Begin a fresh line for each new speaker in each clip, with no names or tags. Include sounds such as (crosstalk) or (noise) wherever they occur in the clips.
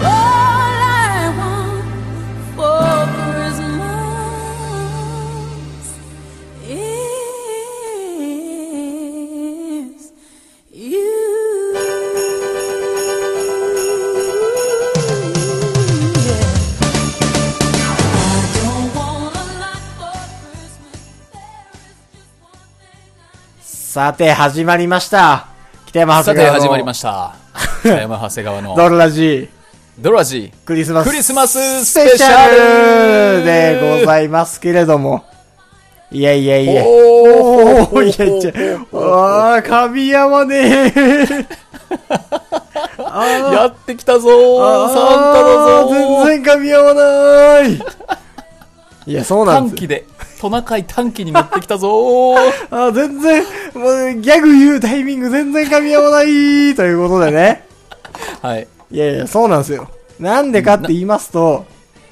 All I want for Christmas is you. Yeah. I don't want a lot for Christmas. There is just one thing I
さて、始まりました。北山長
さ
谷
て
川の。
始まりま
(laughs)
した。北山長谷川
ド
の
ロラジ
ドロラジ
クリスマス。
クリスマス
ス
ス
ペシ
ペシ
ャ
ャ
ル
ル
でございますけれども。いやいやいや。
お
おーいやいや。あー、噛み合わねえ。
やってきたぞーサンタだぞ
あー
ー
全然噛み合わない。いや、そうなん
短
です
期
よ。
で、トナカイ短期に乗ってきたぞー
(laughs) あー全然、もう、ギャグ言うタイミング全然噛み合わないということでね。
はい。
いやいや、そうなんですよ。なんでかって言いますと、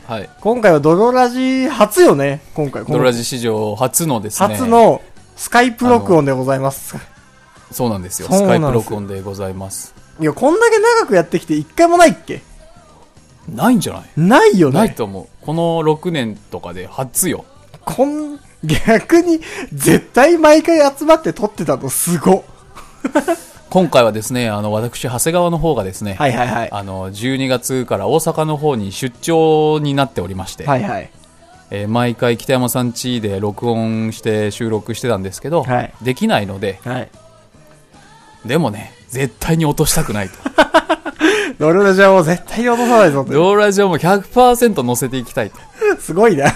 はい。
今回はドロラジ初よね、今回。
ドロラジ史上初のですね。
初。のスカイプ録音でございます。
そうなんですよ。
そう
ス
なんです
カイ
よ
プ録音でございます。
いや、こんだけ長くやってきて一回もないっけ
ないんじゃない
ないよね。
ないと思う。この6年とかで初よ。
こん、逆に、絶対毎回集まって撮ってたのすご。
今回はですね、あの、私、長谷川の方がですね、
はいはいはい。
あの、12月から大阪の方に出張になっておりまして、
はいはい。
えー毎回北山さん家で録音して収録してたんですけど、
はい
できないので、
はい。
でもね、絶対に落としたくないと。 (laughs)
ドロラジはもう絶対落とさないぞって。
ローラジオも100%乗せていきたいと。
すごいな。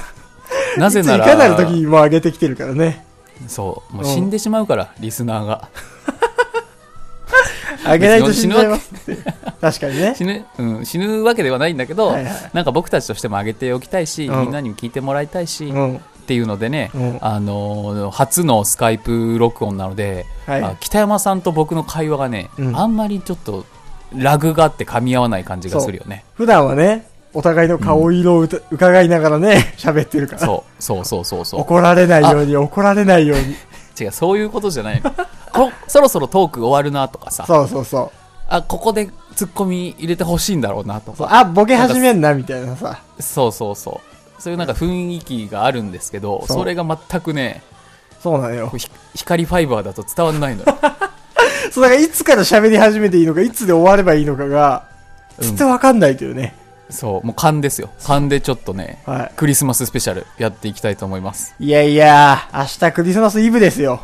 なぜない、
ついからなる時にも上げてきてるからね。
そう、もう
うん
死んでしまうから、リスナーが。
上げないと死んじゃいますって。確かにね
(laughs) 死。ぬ、うん、死ぬわけではないんだけど、
はいはい
なんか僕たちとしても上げておきたいし、
うん
みんなにも聞いてもらいたいし、
うん。
っていうのでね、
うん
あのー初のスカイプ録音なので、
はい
あ北山さんと僕の会話がね、
うん
あんまりちょっとラグがあって噛み合わない感じがするよね。
普段はね、お互いの顔色をうた伺いながらね、喋ってるから。
そう、そうそうそうそ
怒られないように、怒られないように。
う。違う、そういうことじゃない (laughs) の。こそろそろトーク終わるなとかさ、
そうそうそう。
あ、ここでツッコミ入れてほしいんだろうなと
そう
か、
あ、ボケ始めんな、みたいなさ。
そうそうそう。そういうなんか雰囲気があるんですけど、
そう
それが全くね、
そうなのよ
こ。うひ光ファイバーだと伝わんないの (laughs) よ。
そう、だからいつから喋り始めていいのか、いつで終わればいいのかが、
うん
ずっとわかんないというね。
そう、もう勘ですよ。勘でちょっとね、
はい。
クリスマススペシャルやっていきたいと思います。
いやいや、明日クリスマスイブですよ。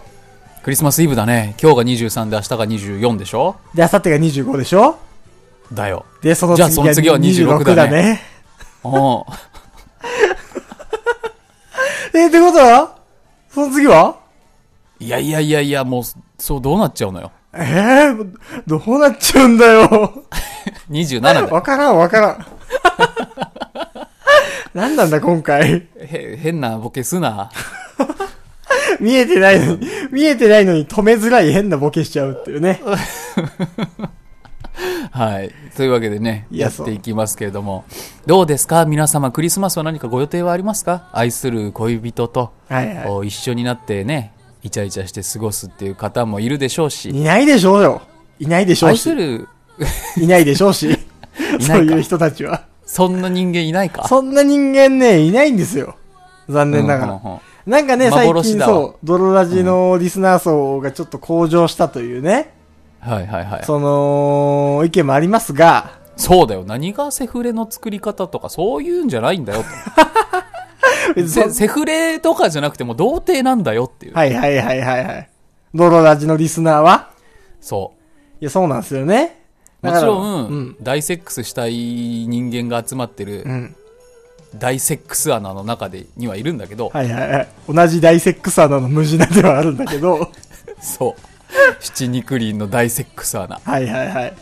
クリスマスイブだね。今日が23で明日が24でしょ
で、明後日が25でしょ
だ (laughs) よ。
で、その
じゃあその次
次が
は26
26だ
だ
ね。
おう
え、ってことはその次はい
やいやいやいや、もう、そうどうなっちゃうのよ。
えー、どうなっちゃうんだよ。
27だよ。
わからんわからん。何なんだ今回。
へ変なボケすな。
見えてないのに、見えてないのに止めづらい変なボケしちゃうっていうね。
はい。というわけでね、
い
や
や
っ
そう
ていきますけれども。どうですか皆様、クリスマスは何かご予定はありますか愛する恋人と、
はいは
お一緒になってね、イチャイチャして過ごすっていう方もいるでしょう
い。い
し、
ないでしょうよ。いないでしょう
愛す
し。
る、
いないでしょう
(laughs)
し。そういう人たちは。
そんな人間いないか
そんな人間ね、いないんですよ。残念なが
うん
ら。
うんうん
なんかね、最
幻
近
だわ
そう、ドロラジのリスナー層がちょっと向上したというね、
はいはいはい。
その、意見もありますが、
そうだよ。何がセフレの作り方とか、そういうんじゃないんだよ
(laughs)
と。セセフレとかじゃなくても、童貞なんだよっていう。
はいはいはいはいはい。ドロラジのリスナーは
そ
いや、そうなんですよね。
う。
だ
も
か
ち
ら
ろん、
うん。
大セックスしたい人間が集まってる
う、ん。
大セックス穴の中で、にはいるんだけど、
はいはいはい。同じ大セックス穴の無地なで
(laughs)
はあるんだけど、
そう。七肉林の大セックス穴。
はいはいはい。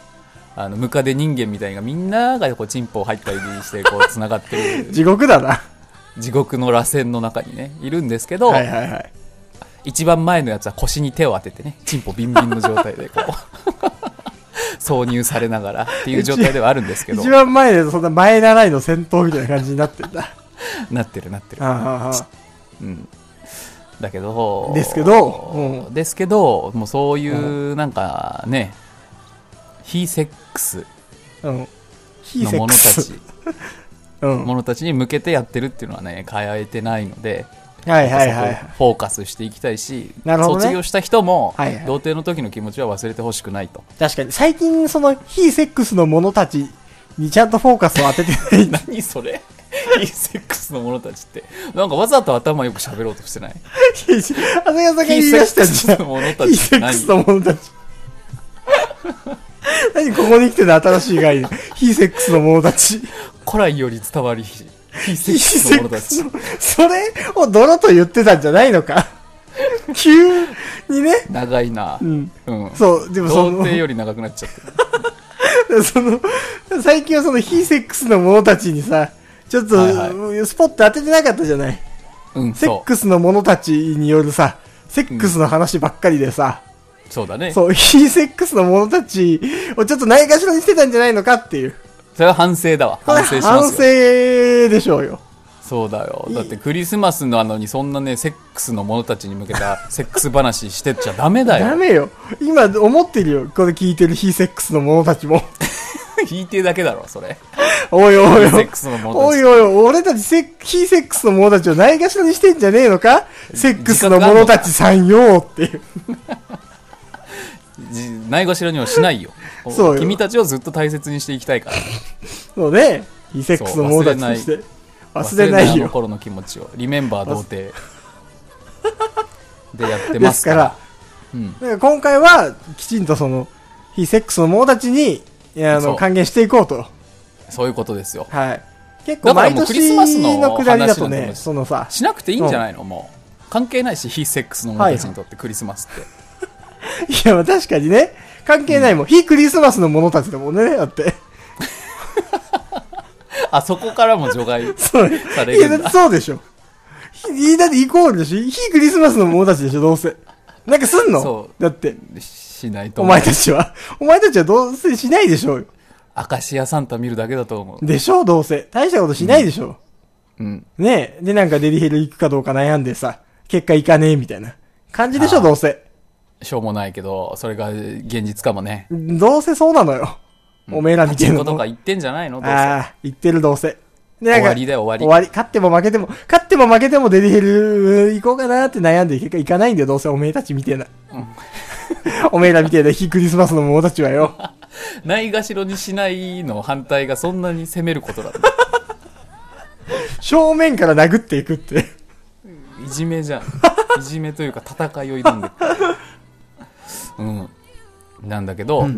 あのムカデ人間みたいなみんながこうチンポ入ったりしてこう繋がって
(laughs)
る
地獄だな。
地獄の螺旋の中にねいるんですけど、
はいはいはい。
一番前のやつは腰に手を当ててねチンポビンビンの状態でこ
(laughs)
う挿入されながらっていう状態ではあるんですけど
一番前でそんな前習いの戦闘みたいな感じになってん
(laughs)
だ。
なってるなってる
ああああ
うん、だけど
ですけどう
ですけどもうそういうなんかね、非セックス
うん。非
の
セッ
者
ク
た
ス。
ち
うん。はい
者たちに向けてやってるっていうのはね変えてないので、
はいはいは
そこ
い。
をフォーカスしていきたいし、
なるほどね
卒業した人も、
はいはい
童貞の時の気持ちは忘れてほしくないと
確かに、最近その非セックスの者たちにちゃんとフォーカスを当てて
(laughs)
ないんだ。
何それ非セックスの者たちってなんかわざと頭よく喋ろうとしてない
長谷川さんが言い出したじゃん。非
非
セ
セ
ック
ック
ス
ス
の者たち。
(laughs)
何ここに来てる新しい概念。非セックスの者たち。
古来より伝わり非非セ
非
ックス
セッ
の者
ク
た
ス
ち
の、それを泥と言ってたんじゃないの
(laughs)
か。急にね。
長いな
うん。
うん
そう、でもそ
童
の、
貞より長くなっちゃって
(laughs)
る
その、最近はその非セックスの者たちにさ、ちょっと、
はいはい
うんスポット当ててなかったじゃない。
うん
セッ
そ
クスの者たちによるさ、セックスの話ばっかりでさ、
うそうだねそ
そう、非セックスの者たちをちょっとないがしろにしてたんじゃないのかっていう。
れは反省だわ反省しますよ
反省でしょうよ。
そうだよ
いい
だってクリスマスなのにそんなねセックスの者たちに向けた (laughs) セックス話してっちゃダメだ
ダ
よ
メよ。今思ってるよ。これ聞いてる非セックスの者たちも。
引いてるだけだろそれ
おいおいおい。
セックスの者
お
たち
いおいおい、俺たちセッ非セックスの者たちをないがしろにしてんじゃねえのかセックスの者たちさんよっていう。
じないがしろにはしないよ
(laughs) そうよ
君たちをずっと大切にしていきたいから
そうね。非セックスの者たちとして。忘れない
あの
よ。
頃の気持ちをリメンバー童貞でやって
で
ます
す
か
からら、
うん、
だから今回はきちんとその、非セックスの者たちに、いやあ
そ
の、
う
還元していこうと。
そういうことですよ
はい。結構
だから
毎
もうクリス
年
マスの
のくだりだと
話なん
ね、
て
その
(laughs)
さ、
しなくていいんじゃないの、もう関係ないし非セックスの者たちにとってクリスマスって、
いや、まあ確かにね、関係ないもん。非クリスマスの者たちだもんね、だって。
あそこからも除外
そう。い
され
や、だ
るん
って
だ
そうでしょ。ひだってイコールでしょ。非クリスマスの者たちでしょ、どうせ。なんかすんの
そ
だって、
しないと
お
思う
前たちは。お前たちはどうせしないでしょうよ。
アカシアサンタ見るだけだと思う、
でしょ、どうせ。大したことしないでしょ。
うん、
ねえ。で、なんかデリヘル行くかどうか悩んでさ、結果行かねえみたいな感じでしょ、
あー
どうせ。
しょうもないけどそれが現実かもね
どうせそうなのよ。おめえらみたい
チン
な
コ
の。
とか言ってんじゃないのどうせ
ああ、言ってるどうせ。で
終わりだよ終わり
勝っても負けても、勝っても負けてもデリヘル行こうかなって悩んで、結果行かないんだよ、どうせおめえたちみてえな。 (laughs) おめえらみてえな、非クリスマスの者たちはよ。
ないがしろにしないの反対がそんなに責めることだ (laughs) った
正面から殴っていくって。
いじめじゃん。いじめというか戦いを挑んでる。うん。なんだけど、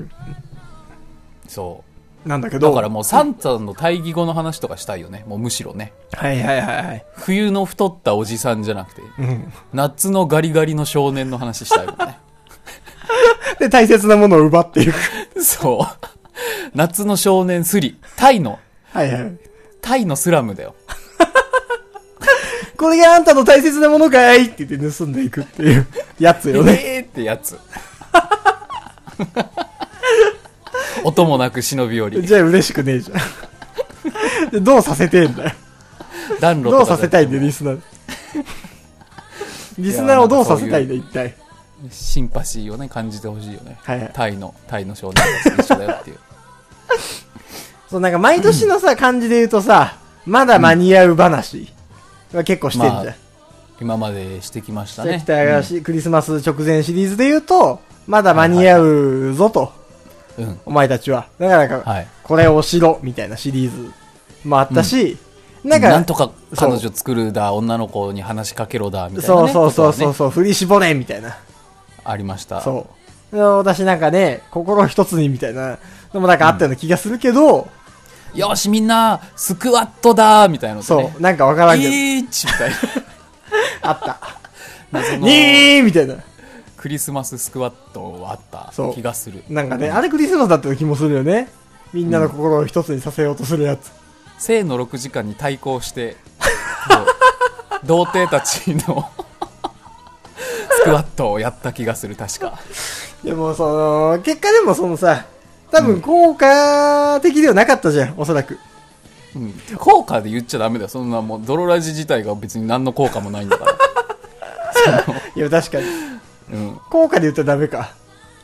そ
なんだけ
う。だ
ど。
からもうサンタの対義語の話とかしたいよね。もうむしろね。
はいはいはいはい。
冬の太ったおじさんじゃなくて、
うん。
夏のガリガリの少年の話したいよね。
で、大切なものを奪っていく。
そう。夏の少年スリ。タイの、
はいはい。
タイのスラムだよ。
これがあんたの大切なものかいって言って盗んでいくっていうやつよ
(laughs)
ね。
えーってやつ。音もなく忍び寄り。
じゃあ嬉しくねえじゃん。でどうさせてえんだよ。
暖炉と
ど
か
うさせたいんだよ、リス
(laughs)
ナー。リスナーをどうさせたいんだよ、一体。
シンパシーをね、感じてほしいよね。
はいはい
タイの、タイの少年たちと一緒だよっていう。
そう、なんか毎年のさ、感じで言うとさ、まだ間に合う話は結構してんじゃん。
まあ今までしてきました
そうい
ね
っ。たがしクリスマス直前シリーズで言うと、まだ間に合うぞと、
うん。
お前たちは。だからなんか、
はい。
これをしろ、みたいなシリーズもあったし、
な
なんんか、
とか彼女作るだ、女の子に話しかけろだ、みたいな、
そう
ね。
そうそう
こと
そ
は
う、
ね
そう振り絞れ、みたいな。
ありました。
そう。私なんかね、心一つにみたいなのもなんかあったような気がするけど、
よし、みんな、スクワットだ、みたいなのとね。
そう、なんかわからんけど、
イーチみたいな。
あった。
謎
にーみたいな。
ククリスマススクワットはあった
そう
気がする。
なんかね、あれクリスマスだった気もするよね。みんなの心を一つにさせようとするやつ。
生の6時間に対抗して、 (laughs) こう童貞たちの (laughs) スクワットをやった気がする、確か。
でも、その、結果でもそのさ、多分効果的ではなかったじゃん、おそらく。
うん、効果で言っちゃダメだよ。そんなもう、泥ラジ自体が別に何の効果もないん
(laughs)
だから。
いや、確かに。
うん、
効果で言ったらダメか。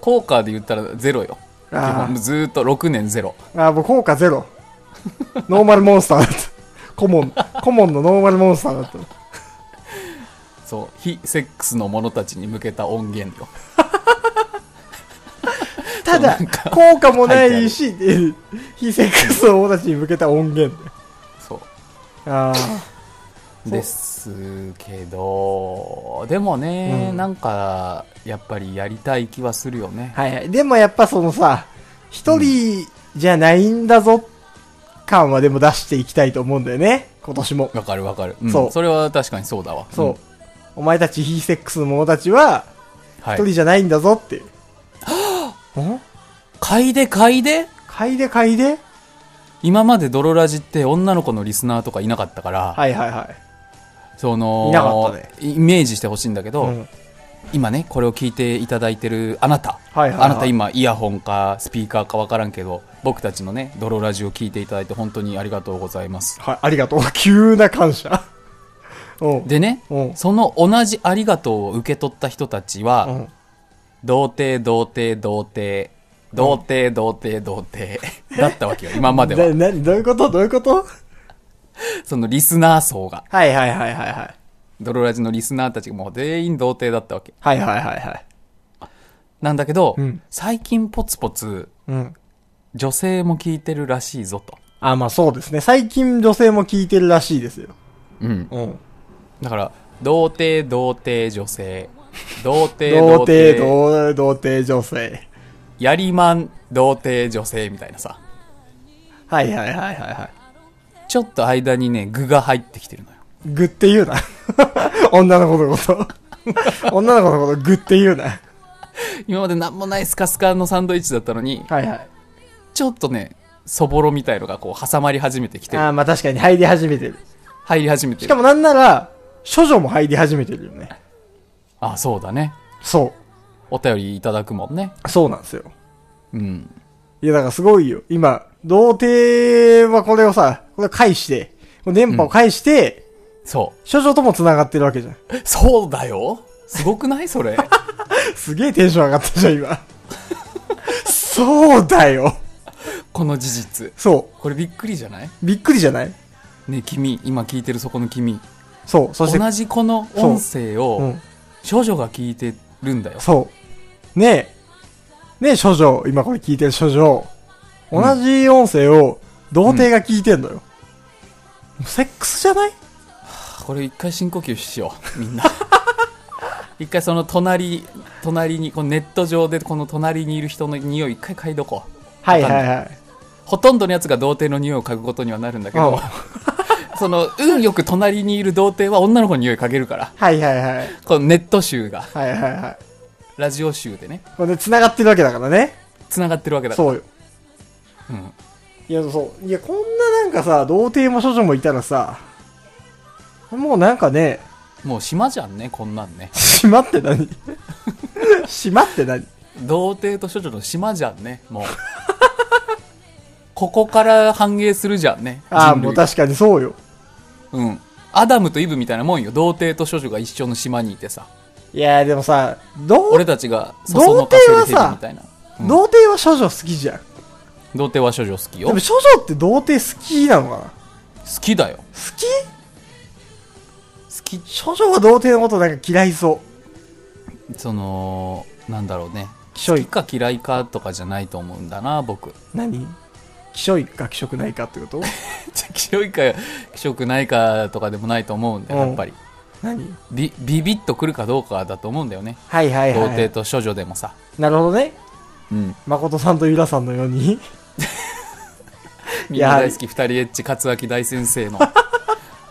効果で言ったらゼロよ。基
あ
本ずーっと6年ゼロ。
ああ、もう効果ゼロ。ノーマルモンスターだった。コモン、コモンのノーマルモンスターだった。
そう、非セックスの者たちに向けた音源よ。
ただ
そうなんか、
効果もないし、 (laughs) えー非セックスの者たちに向けた音源。
そう。
あそう
ですけど、でもね、
うん
なんか、やっぱりやりたい気はするよね
あ。。はいはい。でもやっぱそのさ、一人じゃないんだぞ感はでも出していきたいと思うんだよね。今年も。
わかるわかる、うん
そう
れは確かにそうだわ。
そう。
ん
お前たち非セックスの者たちは、
は
一
い
人。じゃないんだぞっていう。ん
嗅いで嗅いで
嗅いで嗅いで
今まで泥ラジって女の子のリスナーとかいなかったから、
はいはいはい。
その、
いなかったね
イメージしてほしいんだけど、
うん
今ね、これを聞いていただいてるあなた。
はいはいはい
あなた今、イヤホンかスピーカーかわからんけど、僕たちのね、泥ラジを聞いていただいて本当にありがとうございます。
はい、ありがとう。 (laughs) 急な感謝。 (laughs) うん。
でね、
うん
その同じありがとうを受け取った人たちは、
うん、
童貞、童貞、童貞、童貞、童貞、童貞、
(laughs)
だったわけよ、今までは。
な、な、どういうことどういうこと
そのリスナー層が、
はいはいはいはいはい。
ドロラジのリスナーたちがもう全員童貞だったわけ。
はいはいはいはい。
なんだけど、
うん
最近ポツポツ、
うん。
女性も聞いてるらしいぞと。
あ、まあそうですね。最近女性も聞いてるらしいですよ。
うん。
うん。
だから、童貞、童貞、
(laughs)
女性、童貞、
童
童
貞、童
貞、
童貞女性。
やりまん、童貞、女性みたいなさ、
はいはいはいはいは
ちょっと間にね、具が入ってきてるのよ。
い。グって言うな。 (laughs) 女の子のこと。女の子のことグって言うな。
今まで何もないスカスカのサンドイッチだったのに、
はいはい。
ちょっとね、そぼろみたいのがこう挟まり始めてきてる
あーまあ確かに入り始めてる。
入り始めて
し
る。
かもなんなら、処女も入り始めてるよね。
あ、そうだね。
そ
お便りいただくもんね。
う。そうなんですよ。
うん。
いや、だからすごいよ。今、童貞はこれをさ、これを返して、この電波を返して、
そ
処女とも繋がってるわけじゃん。
う。そうだよすごくないそれ。 (laughs)
すげえテンション上がったじゃん、今。 (laughs) そうだよ。
この事実。
そ。
これびっくりじゃないう
びっくりじゃない
ねえ君、今聞いてるそこの君。
そう。そして、
同じこの音声
う
を
ん。
少女が聞いてるんだよ。
そう。ねえ。ねえ、処女。今これ聞いてる処女。同じ音声を、童貞が聞いてんのよ。もうセックスじゃない
これ一回深呼吸しよう。みんな。 (laughs) 一回その隣、隣に、このネット上でこの隣にいる人の匂い一回嗅いどこう。
はいはいはい。
ほとんどのやつが童貞の匂いを嗅ぐことにはなるんだけど、 (laughs) その、運よく隣にいる童貞は女の子の匂い嗅げるから、
はいはいはい。
このネット集が、
はいはいはい。
ラジオ集でね、
これで繋がってるわけだからね。
繋がってるわけだから。
そうよ。
うん。
いや、そう。いや、こんななんかさ、童貞も処女もいたらさ、もうなんかね、
もう島じゃんね、こんなんね。
島って (laughs) 何島って何
童貞と処女の島じゃんね、
(laughs)
もう。ここから繁栄するじゃんね。
ああ、
人類
もう確かにそうよ。
うん。アダムとイブみたいなもんよ。童貞と処女が一緒の島にいてさ。
いや、でもさ、童
俺たちが、そそのかせる蛇みたいな。うん
童貞は処女好きじゃん。
童貞は処女好きよ。
でも
好
処女って童貞好きなのかな好
きだよ。
き
好き
処女は童貞のことなんか嫌いそう。
そのなんだろうね
気象
好き
い。
か嫌いかとかじゃないと思うんだな僕 (laughs)
何気象いか気色ないかってこと
嫌いか気色ないかとかでもないと思うんだよ
うん
やっぱり
(laughs) 何
ビビビッとくるかどうかだと思うんだよね
はいはい
童
は
貞
い。
と処女でもさ、
なるほどね。
うん、
誠さんとゆらさんのよう (laughs) に。
みんな大好き二人エッチ勝
(laughs)
明大先生の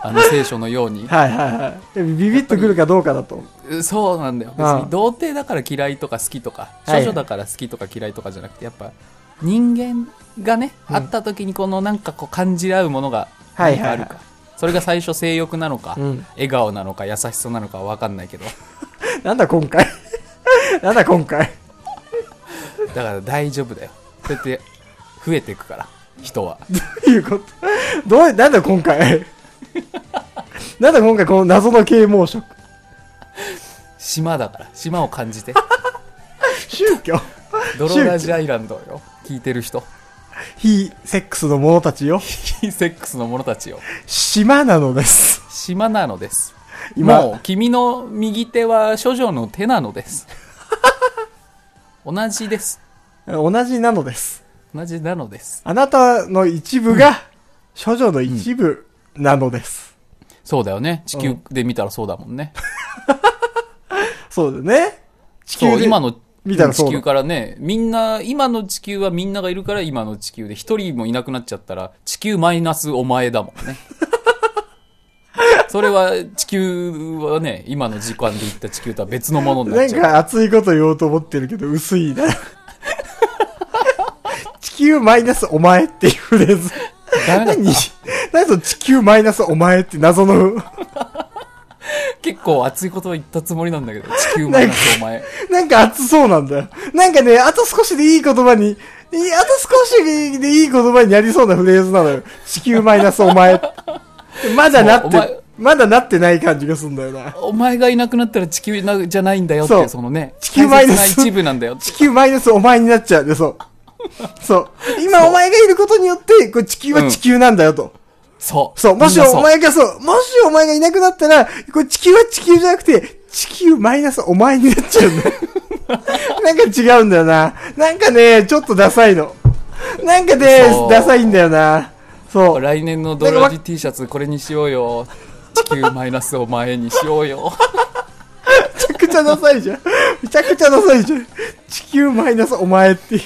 あの聖書のように
はいはいはい。ビビッとくるかどうかだと。
うそうなんだよ別
う
に
ん
童貞だから嫌いとか好きとか
は
処
い
女だから好きとか嫌いとかじゃなくてやっぱ人間がね、
うん
あった時にこのなんかこう感じ合うものが
はい
何
はいは
か
い
あるか、それが最初性欲なのか、
うん
笑顔なのか優しさなのかは分かんないけど
なんだ今回 (laughs) なんだ今回
だから大丈夫だよそうやって増えていくから人は
どういうことどうなんだ今 (laughs) 回なんだ今回この謎の啓蒙色
島だから島を感
(laughs)
じて
宗 (laughs) 教
ドローラジアイランドよ聞いてる人
非セックスの者たちよ
セックスの者たちよ
島なのです
島なのです
今
もう君の右手は処女の手なのです (laughs) 同じです
同じなのです
同じなのです
あなたの一部が処女の一部なのです、
そうだよね地球で見たらそうだもんね、
そうだね地球
そう
で
今の
見たらそう
地
だ
球からねみんな今の地球はみんながいるから今の地球で一人もいなくなっちゃったら地球マイナスお前だも (laughs) んねそれは地球はね今の時間で言った地球とは別のものにな
な
っ
ん
ちゃう
か熱いこと言おうと思ってるけど薄いな (laughs) 地球マイナスお前っていうフレーズ
ダメだった
何何その地球マイナスお前って謎の
結構熱いことを言ったつもりなんだけど
(laughs)
地球マイナスお前
なんか熱そうなんだよ。なんかね、あと少しでいい言葉に、いやあと少しでいい言葉になりそうなフレーズなのよ。地球マイナスお前。 (laughs) まだなっ
そうお前
て、まだなってない感じがすんだよな。
お前がいなくなったら地球なじゃないんだよって
そ
そうのね
地球マイナス
大切な一部なんだよ
地球マイナスお前になっちゃうで、そう。そう。今お前がいることによって、こう地球は地球なんだよと。
そ
(laughs)
う
そう、もし
みんなそ
お前がそう、もしお前がいなくなったら、これ地球は地球じゃなくて、地球マイナスお前になっちゃうんだよ。 (laughs) なんか違うんだよな。なんかね、ちょっとダサいの。なんかね
そ、う
ダサいんだよな。そう。
来年のドロジ T シャツこれにしようよ地球マイナスお前にしよ
(laughs)
うよ
めちゃくちゃダサい
(laughs)
じゃん。めちゃくちゃダサいじゃん。地球マイナスお前っていう。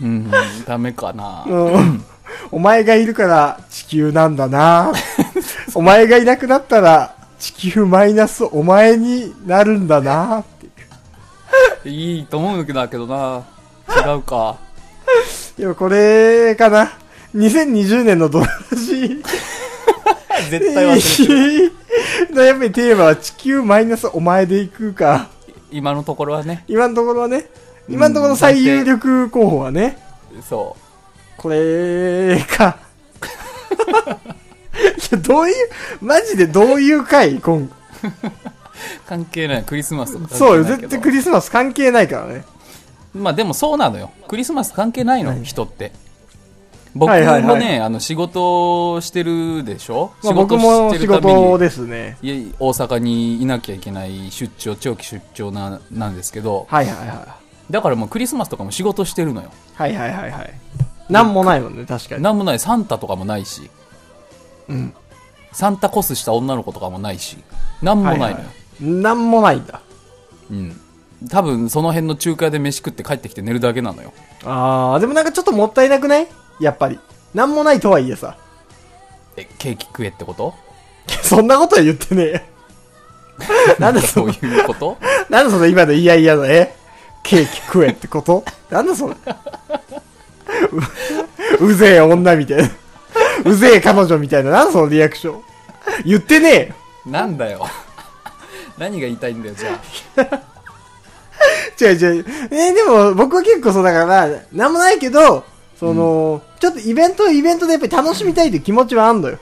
うんダメかな、
うん。お前がいるから地球なんだ
(laughs)
な。お前がいなくなったら、地球マイナスお前になるんだなっていう。
いいと思うんだけどな違うか
でもこれかな。2020年のドラジ
絶対忘れてる
のやっぱりテーマは地球マイナスお前で行くか。
今のところはね
今のところはね、今のところ最有力候補はね、
そ
これ
(laughs)
か。いや、どういう、マジでどういう回今
う関係ないクリスマスとか関係
そうよ、
ないけ
絶
ど
対クリスマス関係ないからね。
まあでもそうなのよ。クリスマス関係ないの、
はい
人って。僕も
は
ね、
いはいはい
あの仕事をしてるでしょ、
まあ、僕も仕事ですね。
いえ大阪にいなきゃいけない出張、長期出張ななんですけど、
はいはいは
だからもうクリスマスとかも仕事してるのよ。
い。はいはいはいはい。なんもないもんね、確かに。
なんもない、サンタとかもないし、
うん。
サンタコスした女の子とかもないし、なんもないのよ。
ははなんもないんだ。
うん。多分その辺の中華で飯食って帰ってきて寝るだけなのよ。
あー、でもなんかちょっともったいなくないやっぱり。なんもないとはいえさ。 (laughs)
え、ケーキ食えってこと
そんなことは言ってねえよ。 (laughs) なんでそ
(laughs) そう
の、
いうこと
なんでその今のいやいやのえケーキ食えってことなん (laughs) でそれううぜえ女みたいな。うぜえ彼女みたいな。なんでそのリアクション。言ってねえよ。
なんだよ。 (laughs) 何が言いたいんだよ、じゃあ。
違う違う。えーでも僕は結構そうだから、なんもないけど、その、ちょっとイベントイベントでやっぱり楽しみたいという気持ちはあんのよ。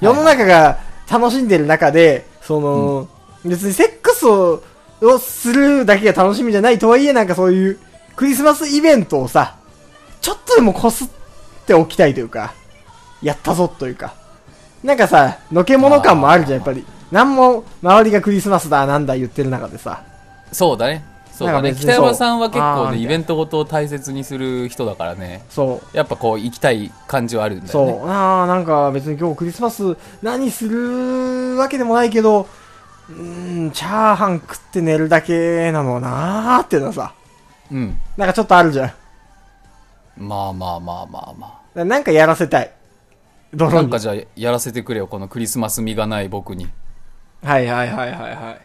世の中が楽しんでる中で、その、別にセックスををするだけが楽しみじゃないとはいえなんかそういうクリスマスイベントをさ、ちょっとでもこすっておきたいというか、やったぞというか、なんかさ、のけもの感もあるじゃん、やっぱり。なんも周りがクリスマスだなんだ言ってる中でさ。
そうだね。そうだ
なんか
ね。
別に
北山さんは結
そうあ
構
ーみたい
ね、
な
イベントごとを大切にする人だからね。
そう。
やっぱこう、行きたい感じはあるんだよ
そう、
ね。
ああなんか別に今日クリスマス何するわけでもないけどうーんチャーハン食って寝るだけなのなーっていうのはさ
うん。
なんかちょっとあるじゃんだか
まあまあまあまあま
らなんかやらせたい
あ。
泥
な
に
んかじゃあ、やらせてくれよ、このクリスマス味がない僕に。
はいはいはいはいはい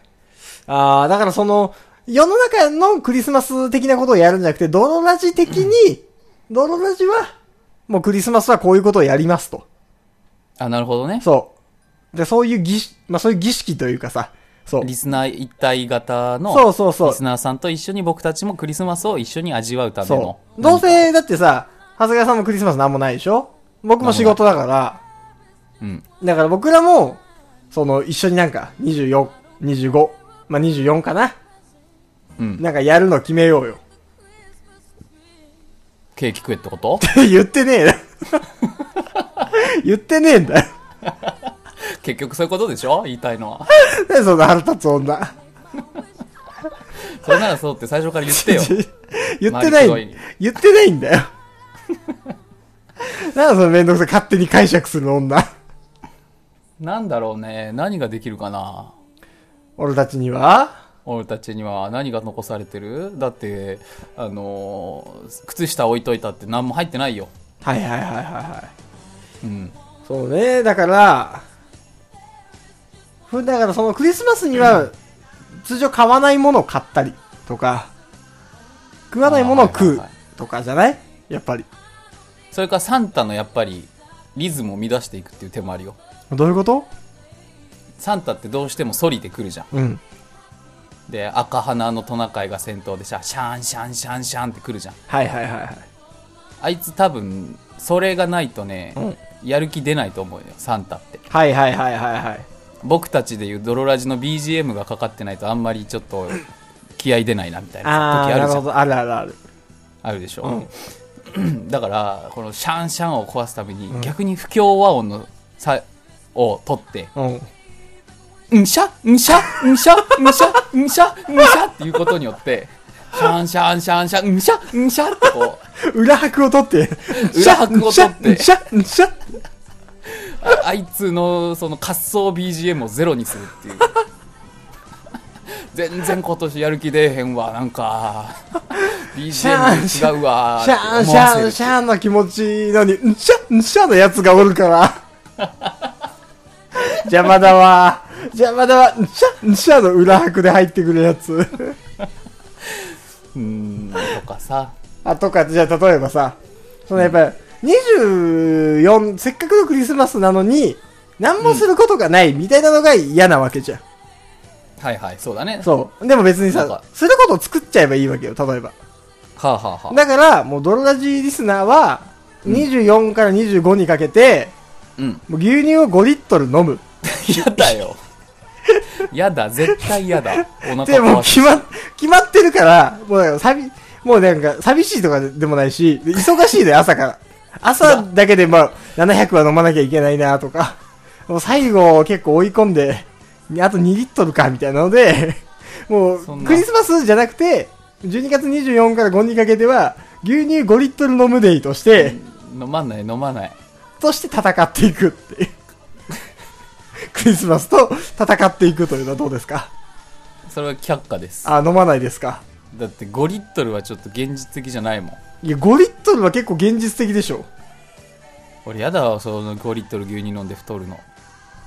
ああ、だからその、世の中のクリスマス的なことをやるんじゃなくて、ドロラジ的に、ドロラジは、もうクリスマスはこういうことをやりますと。
あ、なるほどね。
そう。で、そういう儀式、まあそういう儀式というかさ、そう。
リスナー一体型の、
そうそうそう
リスナーさんと一緒に僕たちもクリスマスを一緒に味わうための
そ。う。どうせ、だってさ、長谷川さんもクリスマスなんもないでしょ僕も仕事だから、
うん。
だから僕らも、その、一緒になんか、24、25、まあ24かな
うん。
なんかやるの決めよう (laughs) よ。
ケーキ食えってこと (laughs)
言ってねえな。 (laughs) 言ってねえんだよ。
結局そういうことでしょ言いたいのは。
何その腹立つ女。
それならそうって最初から言っ
(laughs)
てよ。
言ってない
周りくどいに、
言ってないんだよ。 (laughs) なんだそのめんどくさい勝手に解釈する女。
なんだろうね。何ができるかな
俺たちには
俺たちには何が残されてるだって、あのー靴下置いといたって何も入ってないよ。
はいはいはいはいはい。
うん。
そうね、だから、ふだからそのクリスマスには、通常買わないものを買ったりとか、食わないものを食うとかじゃないやっぱり。
それからサンタのやっぱりリズムを乱していくっていう手もあるよ。
どういうこと
サンタってどうしてもソリで来るじゃん。
うん。
で、赤鼻のトナカイが先頭でシャシャンシャンシャンシャンって来るじゃん。
はいはいはいはい。
あいつ多分、それがないとね、
うん
やる気出ないと思うよ、サンタって。
はいはいはいはいはい。
僕たちでいうドロラジの BGM がかかってないとあんまりちょっと気合出ないなみたいな
あ
時
ー、な
あ
る
るじゃ
ほ
ん。
ど。あるあるある。
あるでしょ、だから、このシャンシャンを壊すために、逆に不協和音のさを取って、
うん。
んしゃんしゃんしゃんしゃんしゃんしゃっていうことによって、シャンシャンシャンシャンしゃんしゃってこう、
(laughs) 裏拍を取って。
裏拍を取って
(laughs) シャッシャッシャッシャッ
(laughs) ああいつのその滑走 BGM をゼロにするっていう。 (laughs) 全然今年やる気出えへんわ、なんか。BGM 違うわ。
シャーンシャーンシ
ャン。
ャーンの気持ちのに、んシャンシャーンのやつがおるから。 (laughs) 邪魔だわ。邪魔だわ。んシャンシャーンの裏拍で入ってくるやつ。
うん、とかさ。
あ、とか、じゃあ例えばさ、そのやっぱり、24、せっかくのクリスマスなのに、何もすることがないみたいなのが嫌なわけじゃん。
はいはい、そうだね。
そう。でも別に
なん
さ、
か
することを作っちゃえばいいわけよ、例えば。
はあ、はあはあ、
だから、もうドロラジーリスナーは、24から25にかけて、
うん。
もう牛乳を5リットル飲む。
やだよ。 (laughs) やだ、絶対やだ。お腹
で、もう
壊す。
決ま、決まってるから、もうなんか寂、もうなんか寂しいとかでもないし、で忙しい
(laughs)
で、朝から。朝だけでまあ、700は飲まなきゃいけないなとか、もう最後結構追い込んで、あと2リットルか、みたいなので、も
そ
うん
な
クリスマスじゃなくて、12月24から5にかけては、牛乳5リットル飲むデイとして、
飲まない、飲まない。
として戦っていくっていうクリスマスと戦っていくというのはどうですか
それは却下です。
あ、飲まないですか
だって5リットルはちょっと現実的じゃないもん。
いや、5リットルは結構現実的でしょ。
俺やだわ、その5リットル牛乳飲んで太るの。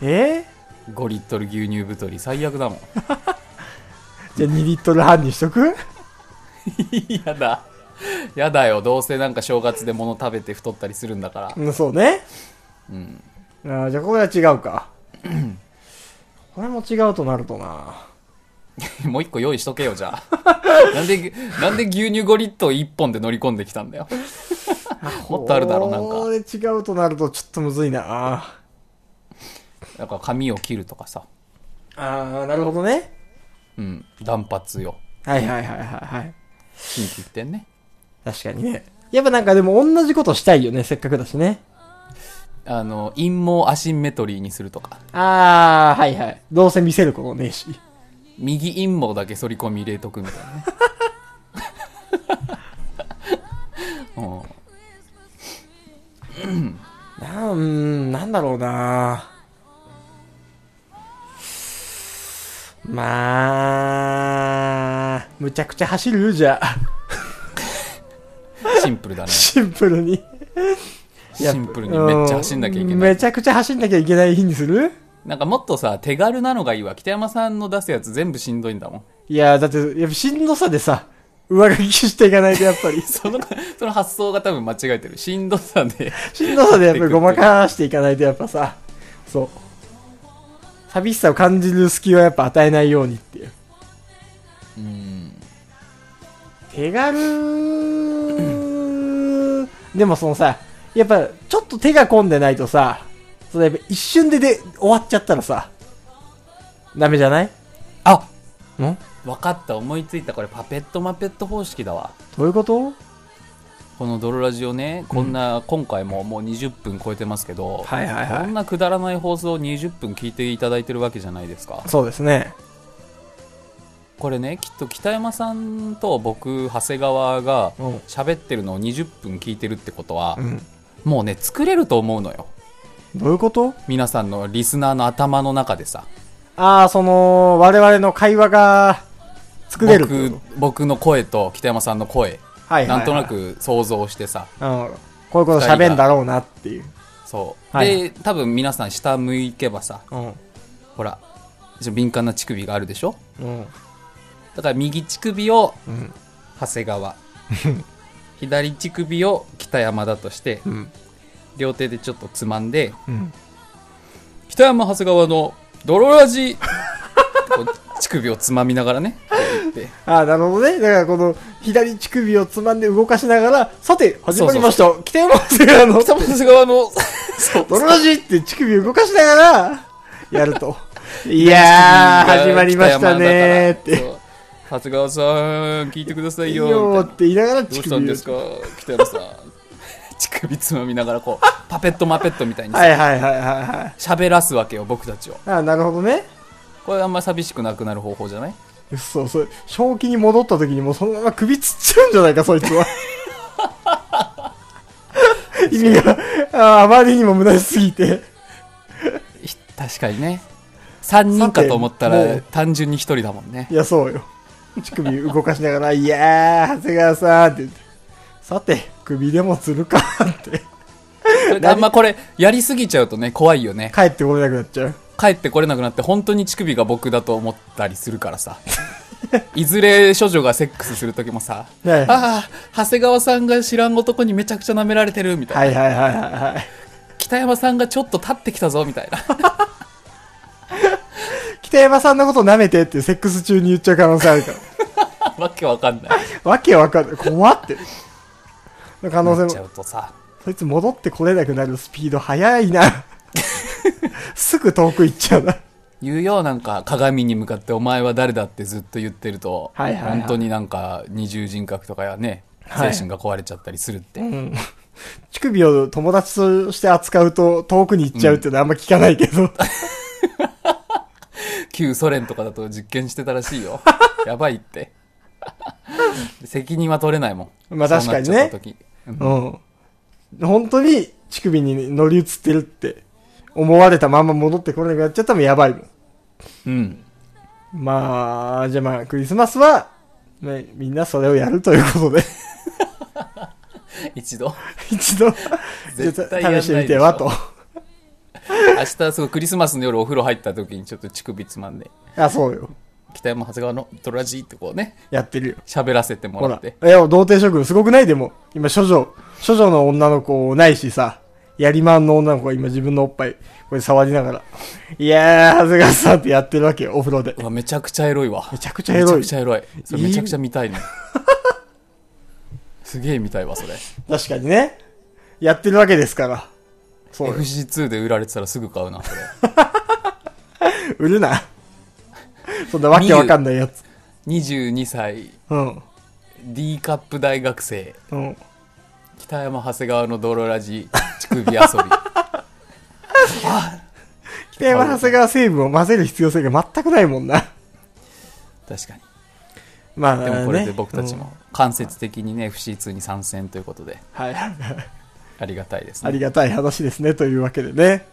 え
5リットル牛乳太り最悪だもん
じゃあ2リットル半にしとく
(laughs) やだやだよどうせなんか正月で物食べて太ったりするんだから
うん、そうね。
うん
あーじゃあこれは違うか。 (clears throat) これも違うとなるとな。
(laughs) もう一個用意しとけよじゃ (laughs) あなんでなんで牛乳5リットル1本で乗り込んできたんだよもっとあるだろなん
こ
か
れ違うとなるとちょっとむずいな。あ
なんか髪を切るとかさ
ーあー、なるほどね。
うん断髪よ
はいはいはいはいはい。
筋切ってんね
確かにね。やっぱなんかでも同じことしたいよね、せっかくだしね。
あの陰毛アシンメトリーにするとか
あー、はいはい。どうせ見せることねえし。
右陰毛だけ反り込み入れとくみたいな (laughs) ねうん
なうーん、なんだろうなまあ、むちゃくちゃ走るじゃあ。 (laughs)
シンプルだね
シンプルに。
シンプルにめっちゃ走んなきゃいけ
う
ない。
めちゃくちゃ走んなきゃいけない日にする
なんかもっとさ、手軽なのがいいわ。北山さんの出すやつ全部しんどいんだもん。 (laughs)
いやー、だって、やっぱしんどさでさ、上書きしていかないと、やっぱ
(laughs)
り。
その、その発想が多分間違えてる。しんどさで。
しんどさでやっぱりごまかしていかないと、やっぱさ、そう。寂しさを感じる隙はやっぱ与えないようにっていう。
うん。
手軽でもそのさ、やっぱちょっと手が込んでないとさ、そのやっぱ一瞬でで終わっちゃったらさ、ダメじゃないん
あ
ど
わかった。思いついた。これパペットマペット方式だわ。
ういうこと
この泥ラジオね、こんな、今回ももう20分超えてますけど、
はいはいはい
こんなくだらない放送を20分聞いていただいてるわけじゃないですか。
そうですね。
これね、きっと北山さんと僕、長谷川が
うん
喋ってるのを20分聞いてるってことは
う、ん。
もうね、作れると思うのよ。
どういうこと
皆さんのリスナーの頭の中でさ。
ああ、その、我々の会話が作れるってこ
僕僕の声と北山さんの声、
と。はいはい、はい。
なんとな。く想像してさ
うん。こういうこと喋んだろうなっていう。
そう、
はい
で多分皆さん下向いけばさ
うん。
ほらちょ敏感な乳首があるでしょ
うん。
だから右乳首を
うん。
長谷川 (laughs) 左乳首を北山だとして
うん。
両手でちょっとつまんで
うん。
北山長谷川の泥
(laughs)
ラジこう乳首をつまみながらねこう言って
ああ、なるほどね。だからこの左乳首をつまんで動かしながら、さて、始まりました。北山長谷川 (laughs) の、
北山長谷川のそう (laughs)
ドロラジって乳首を動かしながら、やると。 (laughs) いやー、始まりましたねーっ
北
て。
山だからそう長谷川さん聞いてくださ
い
い
い
よ
よーって言いながら
ど
乳
うしたん
首を
ですか北山さん (laughs) 乳首つまみながらこうパペットマペットみたいに
はい
さ
はいはいはいはい。
喋らすわけよ僕たちを
ああ、なるほどね。
これあんま寂しくなくなる方法じゃない
そう、それ、正気に戻った時にもうそのまま首つっちゃうんじゃないか、そいつ (laughs) は。意味が、あーあまりにも虚しすぎて。
ひ確かにね3人かと思った
さても
ら
う
単純に1人だもんね
いや、そうよ。乳首動かしながら、いやー、長谷川さんって言って。さて、首でもつるかって。
それであんまこれやりすぎちゃうとね怖いよね
帰ってこれなくなっちゃう。
帰ってこれなくなって本当に乳首が僕だと思ったりするから
(laughs)
さいずれ処女がセックスする時もさ「
ねえ
ああ長谷川さんが知らん男にめちゃくちゃ舐められてる」みたいな、
はいはいはいはいはい。
北山さんがちょっと立ってきたぞ」
(laughs)
みたいな
北山さんのこと舐めてってセックス中に言っちゃう可能性あるから。
わけわかんない。
わけわかんない。困ってる。可能
なっち
性
ゃ
も。
うとさ、
そいつ戻ってこれなくなるスピード速いな。すぐ遠く行っちゃうな。
言うよ、なんか鏡に向かってお前は誰だってずっと言ってると、
はいはいはい
本当になんか二重人格とかやね、
は
精
い
神が壊れちゃったりするって。
うん。乳首を友達として扱うと遠くに行っちゃうっていうのはあんま聞かないけど。
旧ソ連とかだと実験してたらし
(laughs)
いよ。やばいって。 (laughs) 責任は取れないもん。
まあ確かにね
そうなっちゃった時うん
うん。本当に乳首に乗り移ってるって思われたまま戻ってこれなくなっちゃったらやばいもん。
うん。
まあ、じゃあまあクリスマスは、ね、みんなそれをやるということで、 (laughs)
一度。
一度、
絶対やんないでし
試し
ょ
てみてはと。
明日、すごいクリスマスの夜お風呂入った時にちょっと乳首つまんで、
あ、そうよ。
北山長谷川のドラジーってこうね、
やってるよ。
喋らせても
ほら
らっ。
い
て。
や、童貞諸君すごくないでも、今、処女、処女の女の子ないしさ、やりまんの女の子が今自分のおっぱい、これ触りながら、いやー、恥ずかしさってやってるわけよ、お風呂で
う。わ、めちゃくちゃエロいわ。
めちゃくちゃエロい
めちゃくちゃエロい。それ
いい
めちゃくちゃ見
(laughs)
たいね。すげえ見たいわ、それ。
確かにね。やってるわけですから。そうよ。
FC2 で売られてたらすぐ買うな、それ。
売るな。そんなわけわかんないやつ。
22歳、
うん。
D カップ大学生、
うん。
北山長谷川の泥ラジ、乳
(laughs)
首遊び。
北山長谷川成分を混ぜる必要性が全くないもんな。
確かに。
まあ、ね、
でもこれで僕たちも間接的にね、FC2 に参戦ということで、
うん。はい。 (laughs)
ありがたいです
あり
ね。
がたい話ですね、というわけでね。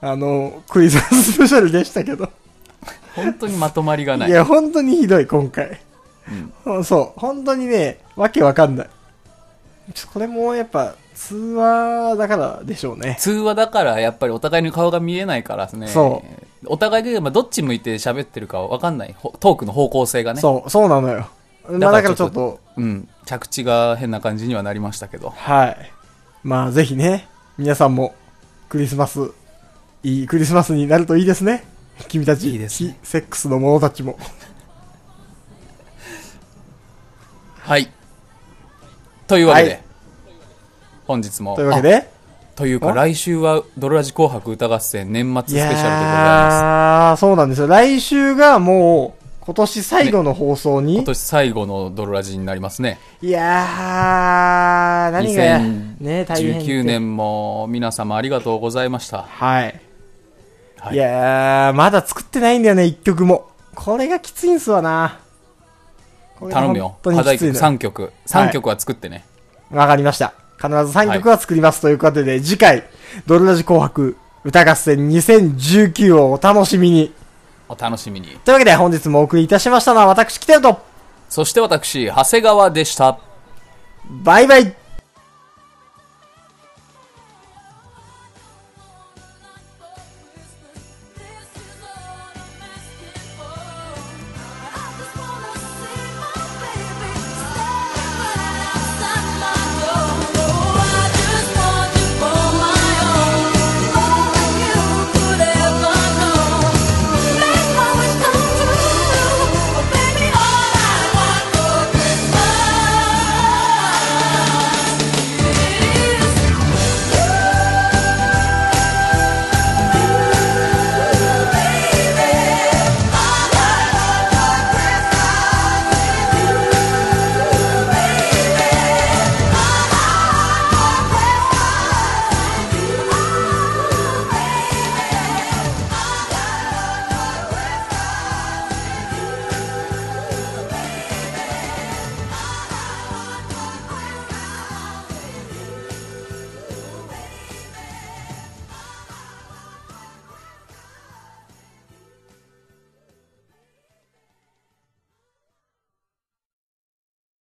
あの、クリスマススペシャルでしたけど。
本当にまとまりがないい。
や、本当にひどい、今回。
うん
うんそう、本当にね、わけわかんない。ちょこれもやっぱ、通話だからでしょうね。
通話だからやっぱりお互いの顔が見えないからね。
そ
お互いで、まあ、どっち向いて喋ってるかわかんない。ほトークの方向性がね。
そう、そうなのよ。まあだからちょっ
だ
と、
うん。着地が変な感じにはなりましたけど。
はい。まあぜひね、皆さんもクリスマス、いいクリスマスになるといいですね。君たち、
いいですね
非セックスの者たちも。
はい。というわけで、
はい
本日も。
というわけで、
あというか、
あ
来週は、ドロラジ紅白歌合戦年末ス
い
ペシャルでございます。
やー、そうなんですよ。来週がもう、今年最後の放送に、
今年最後のドロラジになりますね。
いやー、何が、ね、大変って。
19年も皆様ありがとうございました。
はい。、
はいい
やー、まだ作ってないんだよね、一曲も。これがきついんすわな。これが
頼むよ。
本当に
課題
きつい
曲
の
3曲。3曲は作ってね。
わかりました。必ず3曲は作りますということで、次回、ドルラジ紅白歌合戦2019をお楽しみに。
お楽しみに。
というわけで本日もお送りいたしましたのは私、キテルと、
そして私、長谷川でした。
バイバイ